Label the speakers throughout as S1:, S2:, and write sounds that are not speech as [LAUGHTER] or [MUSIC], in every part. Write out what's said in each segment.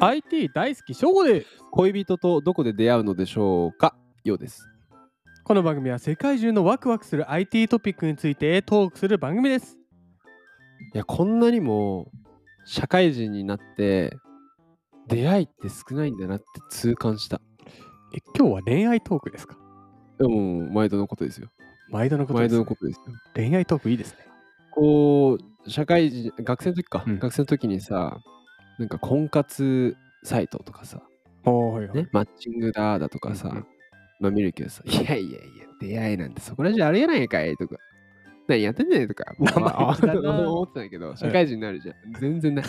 S1: IT 大好き翔吾です
S2: 恋人とどこで出会うのでしょうかようです
S1: この番組は世界中のワクワクする IT トピックについてトークする番組です
S2: いやこんなにも社会人になって出会いって少ないんだなって痛感した
S1: え今日は恋愛トークですか
S2: でも毎度のことですよ
S1: 毎度のこと
S2: 毎
S1: です、
S2: 度の
S1: ね、
S2: ことですよ
S1: 恋愛トークいいですね
S2: こう社会人学生の時か、
S1: うん
S2: 学生の時にさなんか婚活サイトとかさ、
S1: おーい
S2: ね、マッチングだだとかさ、
S1: うんうん
S2: まあ見るけどさ「いやいやいや出会いなんてそこらじゃあるやないかい」とか「何やってんね
S1: [LAUGHS]
S2: ん」とか僕は
S1: 生意気だな
S2: 思ってたけど社会人になるじゃん全然ない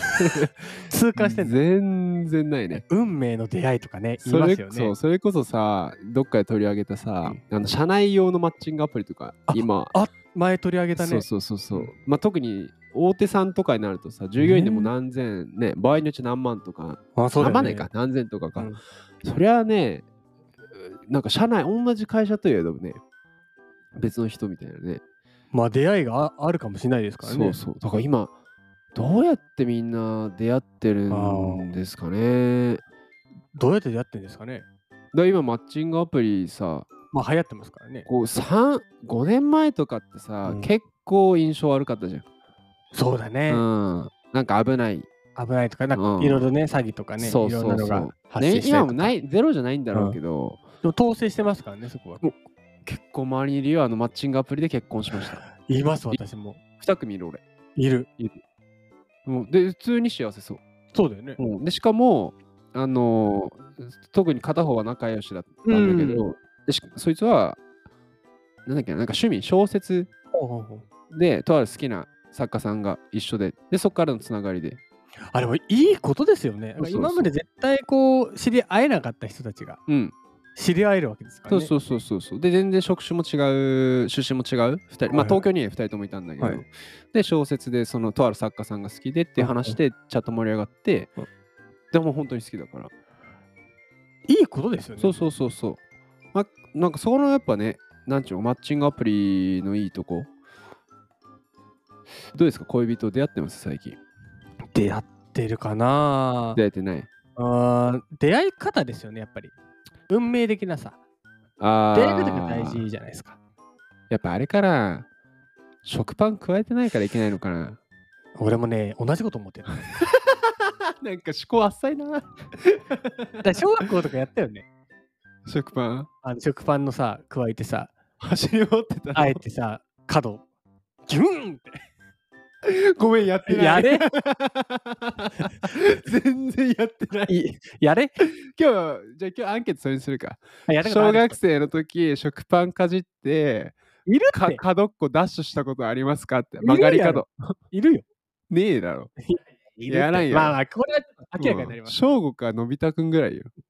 S1: 通過してんの
S2: 全然ないね
S1: 運命の出会いとかね言い
S2: そ
S1: ま
S2: れ
S1: すよ
S2: そ
S1: ね
S2: うそれこそさどっかで取り上げたさ、あの社内用のマッチングアプリとか
S1: あ
S2: 今
S1: 前取り上げた
S2: そ
S1: ね
S2: うそうそうそう、まあ、特に大手さんとかになるとさ従業員でも何千ね、場合によっちゃ何万とか、
S1: あそうだ
S2: 何
S1: よね
S2: 万ないか何千とかか、
S1: うん
S2: そりゃあねなんか社内同じ会社といえどもね別の人みたいなね
S1: まあ出会いがああるかもしれないですから
S2: そ
S1: ね
S2: うそうだから今どうやってみんな出会ってるんですかねだか
S1: どうやって出会ってんですかね
S2: ら今マッチングアプリさ
S1: まあ流行ってますからね
S2: こう3 5年前とかってさ、
S1: うん
S2: 結構印象悪かったじゃん、
S1: そうだね、
S2: うん、なんか危ない
S1: 危ないとかなんか
S2: うん
S1: いろいろね詐欺とかねい
S2: そう
S1: ろ
S2: そ
S1: ん
S2: う
S1: な
S2: そ
S1: の
S2: う
S1: が発
S2: ね
S1: 生、したり
S2: 今
S1: と
S2: も
S1: か
S2: ないゼロじゃないんだろうけど、
S1: でも統制してますからねそこは
S2: 結構周りにいるよあのマッチングアプリで結婚しました
S1: います私も
S2: 2組いる俺
S1: いる
S2: うんで普通に幸せそう、
S1: そうだよね
S2: でしかもあのー特に片方は仲良しだったんだけど、でしそいつはなんだっけななんか趣味小説
S1: ほうほうほう
S2: でとある好きな作家さんが一緒ででそこからのつながりで
S1: あれもいいことですよね
S2: そうそうそう
S1: 今まで絶対こう知り合えなかった人たちが
S2: うん
S1: 知り合えるわけですから
S2: そう
S1: ね
S2: そうそうそうそうで全然職種も違う出身も違う2人、
S1: はい
S2: ま
S1: は
S2: あ
S1: い
S2: 東京に2人ともいたんだけど、
S1: はい
S2: で小説でそのとある作家さんが好きでっていう話でチャット盛り上がって、
S1: うん
S2: でも本当に好きだから、
S1: いいことですよね
S2: そうそうそうそうまなんかそこのやっぱねなんちゅうのマッチングアプリのいいとこどうですか恋人出会ってます最近
S1: 出会ってるかな
S2: 出会えてない
S1: あー出会い方ですよねやっぱり運命的なさ
S2: あ
S1: 出
S2: ー
S1: 会い方が大事じゃないですか
S2: やっぱあれから食パン加えてないからいけないのか
S1: [LAUGHS]
S2: な
S1: 俺もね同じこと思ってる
S2: なんか思考浅いな
S1: [LAUGHS] だから小学校とかやったよね
S2: 食パン
S1: あの食パンのさ加えてさ
S2: 走り回ってた
S1: あえてさ角ギューンって
S2: ごめん、やってない。
S1: やれ
S2: [LAUGHS] 全然やってない。
S1: [LAUGHS] いやれ
S2: 今日、じゃあ今日アンケートそれにするか。
S1: あやったことあ
S2: 小
S1: る
S2: 学生の時、食パンかじって、
S1: いるっ
S2: か
S1: て
S2: 角っこダッシュしたことありますかって。
S1: る
S2: 曲がり角。
S1: いるよ
S2: ねえだろ。
S1: いるって
S2: やらんよ
S1: まあまあこれはちょっと明らかになります、
S2: 正午かのび太くんぐらいよ。うん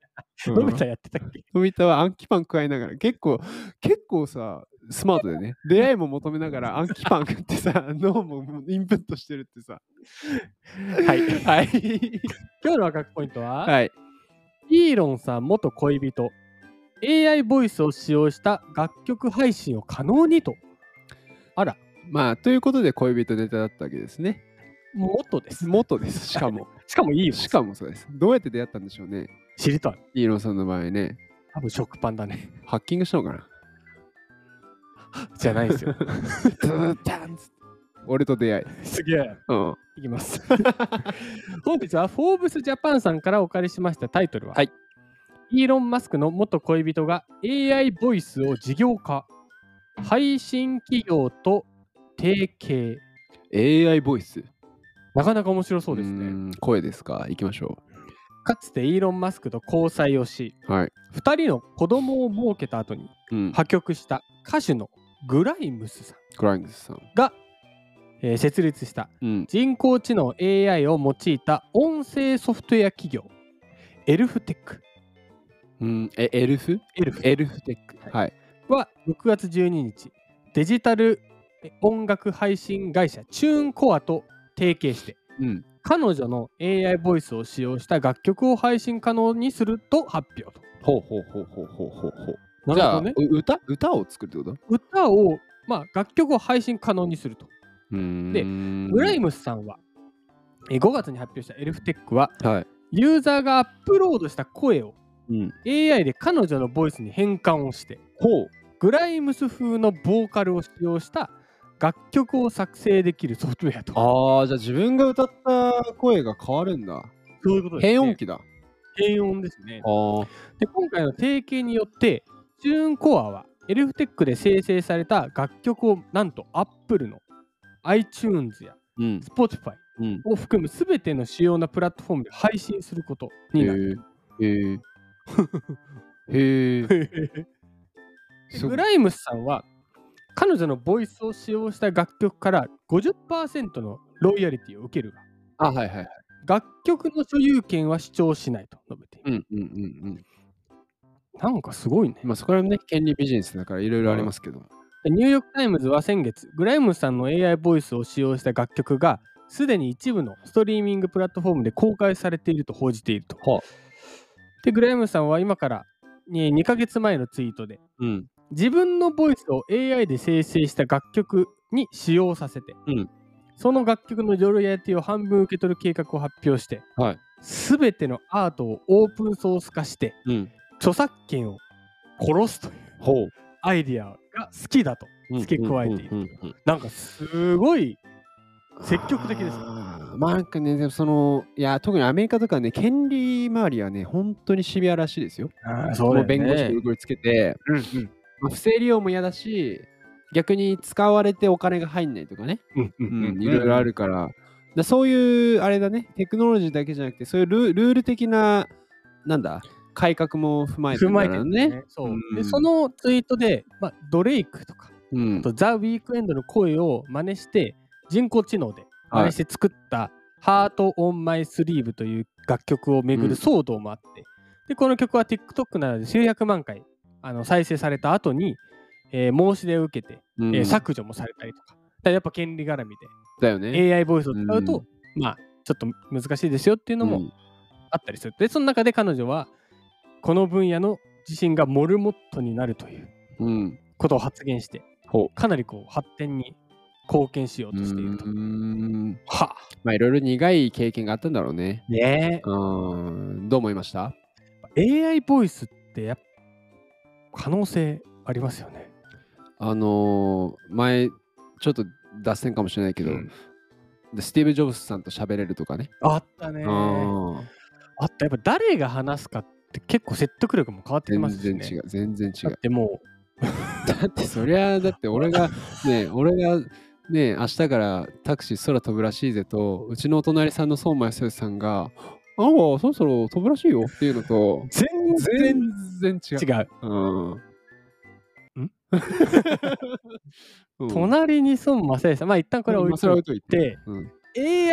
S1: のび太やってたっけ
S2: のび太はアンキパン加えながら、結構、結構さ、スマートでね、出会いも求めながら、アンキパン食ってさ、 [LAUGHS] 脳もインプットしてるってさ。
S1: はい
S2: [LAUGHS] はい。
S1: 今日のワクワクポイントは、
S2: はい。
S1: イーロンさん元恋人 AI ボイスを使用した楽曲配信を可能にと
S2: まあ、ということで、恋人ネタだったわけですね。
S1: 元です
S2: 元です、しかも。
S1: しかもいいよ
S2: しかもそうです。どうやって出会ったんでしょうね。
S1: 知りたい
S2: イーロンさんの場合ね、
S1: 多分食パンだね
S2: ハッキングしたのか
S1: [LAUGHS]
S2: な。
S1: じゃないです
S2: [LAUGHS]
S1: よ
S2: ズータンつって俺と出会い。
S1: すげえ
S2: うん。
S1: いきます本日は「フォーブスジャパン」さんからお借りしましたタイトルは、
S2: はい
S1: イーロン・マスクの元恋人が AI ボイスを事業化配信企業と提携
S2: AI ボイス。
S1: なかなか面白そうです
S2: う
S1: ね
S2: ーん。声ですか。行きましょ
S1: かつてイーロン・マスクと交際をし
S2: う。はい。
S1: 2人の子供を設けた後に
S2: うん。
S1: 破局した歌手のグライムスさん
S2: クライングスさん。
S1: が、えー設立した
S2: うん。
S1: 人工知能 AI を用いた音声ソフトウェア企業エルフテック
S2: うん、え、エルフ
S1: エルフ
S2: エルフテック。はい。
S1: は6月12日デジタル音楽配信会社チューンコアと提携して
S2: うん。
S1: 彼女の AI ボイスを使用した楽曲を配信可能にすると発表と。
S2: ほうほうほうほうほうほうほう。
S1: な
S2: じ
S1: る
S2: ゃ
S1: ほ
S2: あ、
S1: どね。
S2: う歌歌を作るってこと
S1: 歌を、まあ、楽曲を配信可能にすると。
S2: うーん
S1: で、グライムスさんは、えー5月に発表したエルフテックは、
S2: はい。
S1: ユーザーがアップロードした声を
S2: うん。
S1: AI で彼女のボイスに変換をして
S2: ほう。
S1: グライムス風のボーカルを使用した楽曲を作成できるソフトウェアと
S2: ああ、じゃあ自分が歌った声が変わるんだ。
S1: そういうことです、ね、
S2: 変音機だ。
S1: 変音ですね
S2: あー
S1: で今回の提携によってチューンコアはエルフテックで生成された楽曲をなんと Apple の iTunes や
S2: うん。
S1: Spotify
S2: うん。
S1: を含む全ての主要なプラットフォームで配信することになる。
S2: へえ。へえ。 [LAUGHS] へえ。
S1: です
S2: ご
S1: グ
S2: い
S1: ライムスさんは彼女のボイスを使用した楽曲から50%のロイヤリティを受けるが
S2: あ、はいはいはい。
S1: 楽曲の所有権は主張しないと述べている、
S2: うんうんうんうん。
S1: なんかすごいね
S2: まあそこら辺ね、権利ビジネスだからいろいろありますけど。
S1: でニューヨーク・タイムズは先月、グライムさんの AI ボイスを使用した楽曲が、すでに一部のストリーミングプラットフォームで公開されていると報じていると。
S2: はあ
S1: で、グライムさんは今から2ヶ月前のツイートで、
S2: うん。
S1: 自分のボイスを AI で生成した楽曲に使用させて、
S2: うん
S1: その楽曲のロイヤリティを半分受け取る計画を発表して、
S2: はい
S1: すべてのアートをオープンソース化して、
S2: うん。
S1: 著作権を殺すという
S2: ほう。
S1: アイディアが好きだと。付け加えている
S2: うんうんうんうん
S1: なんかすごい積極的ですね
S2: あーまあなんかね、でもその、いや、特にアメリカとかね、権利周りはね、本当にシビアらしいですよ。
S1: そ
S2: もう弁護士といろいろつけて、まあ不正利用も嫌だし、逆に使われてお金が入んないとかね、うんいろいろあるから、だそういう、あれだね、テクノロジーだけじゃなくて、そういうルールール的な、なんだ、改革も踏まえて
S1: 踏まえてる
S2: だろうん
S1: だ
S2: ね
S1: よね。そう
S2: うん
S1: でそのツイートで、まあ、ドレイクとか
S2: うん
S1: あとザ・ウィークエンドの声を真似して人工知能で真似して作った「ハート・オン・マイ・スリーブ」という楽曲をめぐる騒動もあって、でこの曲は TikTok などで900万回あの再生された後に、えー申し出を受けて、
S2: うん
S1: えー削除もされたりとかだからやっぱ権利絡みで
S2: だよね。
S1: AI ボイスを使うと、
S2: う
S1: まあちょっと難しいですよっていうの
S2: う
S1: も
S2: ん
S1: あったりする。でその中で彼女はこの分野の自身がモルモットになるという
S2: うん。
S1: ことを発言して
S2: ほ
S1: かなりこう発展に貢献しよう
S2: う。
S1: としていると。
S2: うん
S1: は
S2: まあいろいろ苦い経験があったんだろうね。
S1: あ、ね
S2: うん。どう思いました
S1: え AI ボイスってやっぱ可能性ありますよね。
S2: あのー前、ちょっと脱線かもしれないけど、
S1: うん
S2: でスティーブ・ジョブズさんと喋れるとかね。
S1: あったね。
S2: うん
S1: あったやっぱ誰が話すかって結構説得力も変わってき
S2: 全
S1: ますし
S2: 然
S1: ね。
S2: 違う、全然違
S1: だっ [LAUGHS]
S2: う。
S1: ても
S2: だってそりゃ、だって俺が、ね、俺が、ね、明日からタクシー空飛ぶらしいぜと、うちのお隣さんの相馬康義さんが、ああ、そろそろ飛ぶらしいよっていうのと
S1: う、全
S2: 全然違う。
S1: 然違う。
S2: うん。
S1: [LAUGHS] ん
S2: うん
S1: 隣に孫正義さん、まあ一旦これは置い
S2: まあそ
S1: と
S2: れ
S1: い
S2: は
S1: て
S2: 置いといて。うん。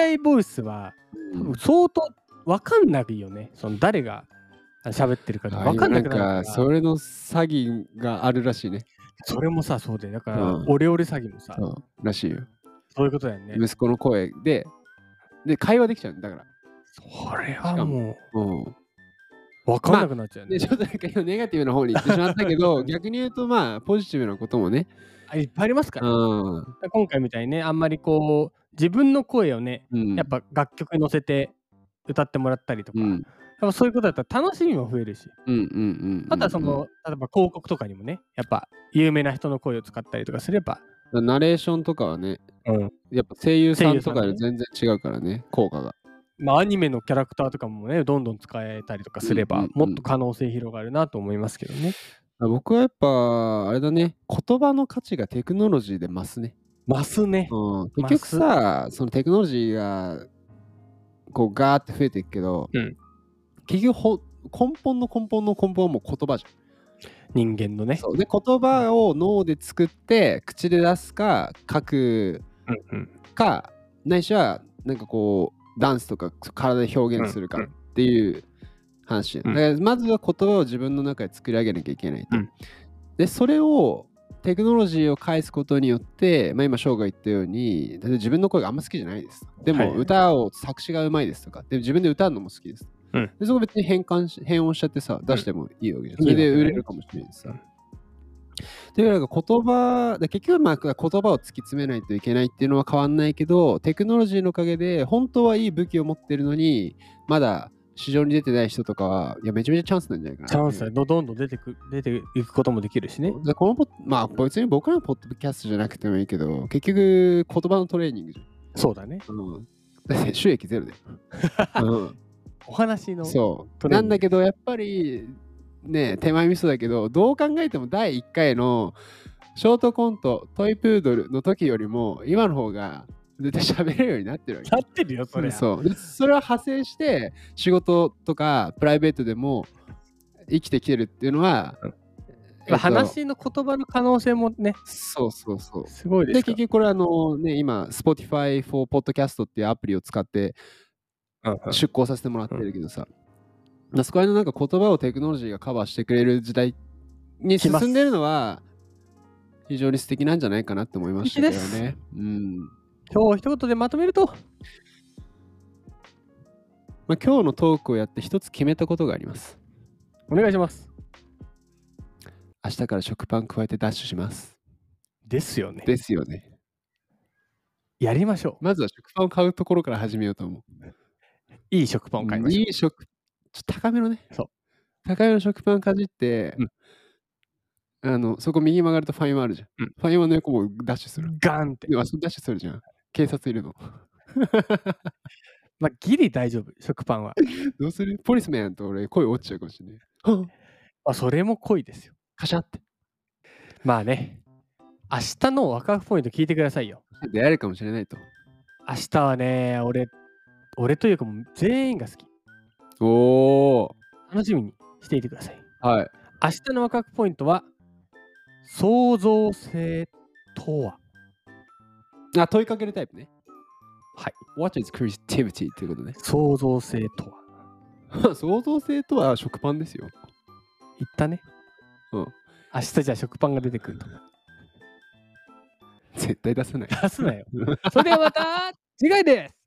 S1: AI ボイスは多分相当わかんないよね。その誰が喋ってるかとかわかんなくなるから
S2: んか、それの詐欺があるらしいね。
S1: それもさ、そうで、だから、
S2: うん
S1: オレオレ詐欺もさ、
S2: うんらしいよ。
S1: そういうことだよね。
S2: 息子の声で、で、会話できちゃうんだから。
S1: それはも
S2: うん。
S1: う、わかんなくなっちゃうね。
S2: で、ちょっとなんか今ネガティブな方に行ってしまったけど、逆に言うと、まあ、ポジティブなこともね。
S1: あいっぱいありますから、
S2: うん。
S1: 今回みたいにね、あんまりこう、自分の声をね、
S2: うん
S1: やっぱ楽曲に乗せて歌ってもらったりとか、
S2: うん。う
S1: やっ
S2: ん
S1: ぱそういうことだったら楽しみも増えるし、
S2: うんうんうん。
S1: あとはその、例えば広告とかにもね、やっぱ有名な人の声を使ったりとかすれば、
S2: うん、ナレーションとかはね、
S1: うん
S2: やっぱ声優さんと
S1: 声
S2: かで
S1: 優さ
S2: 全然違うからね、効果が。
S1: まあ、アニメのキャラクターとかもね、どんどん使えたりとかすれば、
S2: うんうんうん
S1: もっと可能性広がるなと思いますけどね。
S2: あ僕はやっぱ、あれだね、言葉の価値がテクノロジーで増すね。
S1: ますね。
S2: うん、
S1: まあ
S2: 結局さ、そのテクノロジーがこうガーって増えていくけど、
S1: うん
S2: 結局ほ根本の根本の根本はもう言葉じゃ
S1: 人間の
S2: ん。
S1: ね。
S2: そうで言葉を脳で作って口で出すか書く
S1: うんうん
S2: かないしはなんかこうダンスとか体で表現するか
S1: うんう
S2: っ
S1: ん
S2: ていう話、
S1: うん
S2: だからまずは言葉を自分の中で作り上げなきゃいけないと、
S1: うん
S2: でそれをテクノロジーを返すことによって、まあ、今翔が言ったようにだって自分の声があんま好きじゃないですで
S1: はいは
S2: も
S1: い
S2: 歌を作詞がうまいですとかで自分で歌うのも好きで
S1: う
S2: す、
S1: ん
S2: でそこ別に変換し変音しちゃってさ出してもいいわけじゃん、
S1: うん
S2: それで売れるかもしれないしさ、
S1: うん
S2: っていうなんか言葉で結局まあ言葉を突き詰めないといけないっていうのは変わんないけどテクノロジーのおかげで本当はいい武器を持ってるのにまだ市場に出てない人とかは、いや、めちゃめちゃチャンスなんじゃないかな。
S1: チャンスどどんどん出てく出ていくこともできるしね。
S2: でこのポッまあ、別に僕らのポッドキャストじゃなくてもいいけど、結局、言葉のトレーニングじ
S1: そうだね。
S2: ゃん。うん、だって収益ゼロで。
S1: [LAUGHS]
S2: うん
S1: お話の。
S2: そう。
S1: トレーニング
S2: なんだけど、やっぱり、ね、手前味噌だけど、どう考えても第1回のショートコント、トイプードルの時よりも、今の方が絶対喋れるようになってるわけ
S1: や。ってるよ、それ。
S2: そうでそれは派生して仕事とかプライベートでも生きてきてるっていうのは、えっと
S1: 話の言葉の可能性もね、
S2: そうそうそう
S1: すごいで
S2: です
S1: か
S2: 結局これあのね今 Spotify for Podcast っていうアプリを使って
S1: ら。うんうん
S2: 出稿させてもらってるけどさ、まあそこら辺のなんか言葉をテクノロジーがカバーしてくれる時代に進んでるのは非常に素敵なんじゃないかなって思いましたけど
S1: 素敵で
S2: ね。うん
S1: 今日一言でまとめると、
S2: まあ、今日のトークをやって一つ決めたことがあります。
S1: お願いします。
S2: 明日から食パン加えてダッシュします。
S1: ですよね。
S2: ですよね。
S1: やりましょう。
S2: まずは食パンを買うところから始めようと思
S1: いい食パンを
S2: う。
S1: 買いましょ
S2: いい食、ちょっと高めのね。
S1: そう
S2: 高めの食パンかじって、あの、そこ右曲がるとファイマあるじゃん。
S1: うん
S2: ファイマの横もダッシュす
S1: う
S2: る。。
S1: ガンって。
S2: でもあそこダッシュするじゃん。警察いるの。
S1: まあ、ギリ大丈夫、食パンは。
S2: どうするポリスメンと俺声落ちちゃうかもしれない。はっ
S1: まあ、それも恋ですよ。
S2: カシャって。
S1: まあね、明日のワクワクポイント聞いてくださいよ。
S2: 出会えるかもしれないと。
S1: 明日はね、俺、俺というかもう全員が好き。
S2: お
S1: 楽しみにしていてください。
S2: ー。はい。
S1: 明日のワクワクポイントは、創造性とは
S2: あ、問いかけるタイプね。
S1: はい。
S2: What is creativity? っていうことね。 [LAUGHS]
S1: 創造性とは
S2: 創造性とは食パンですよ。
S1: 言ったね。
S2: うん。
S1: 明日じゃあ食パンが出てくると。
S2: 絶対出せない。 [LAUGHS]
S1: 出すなよ。それではまた次回です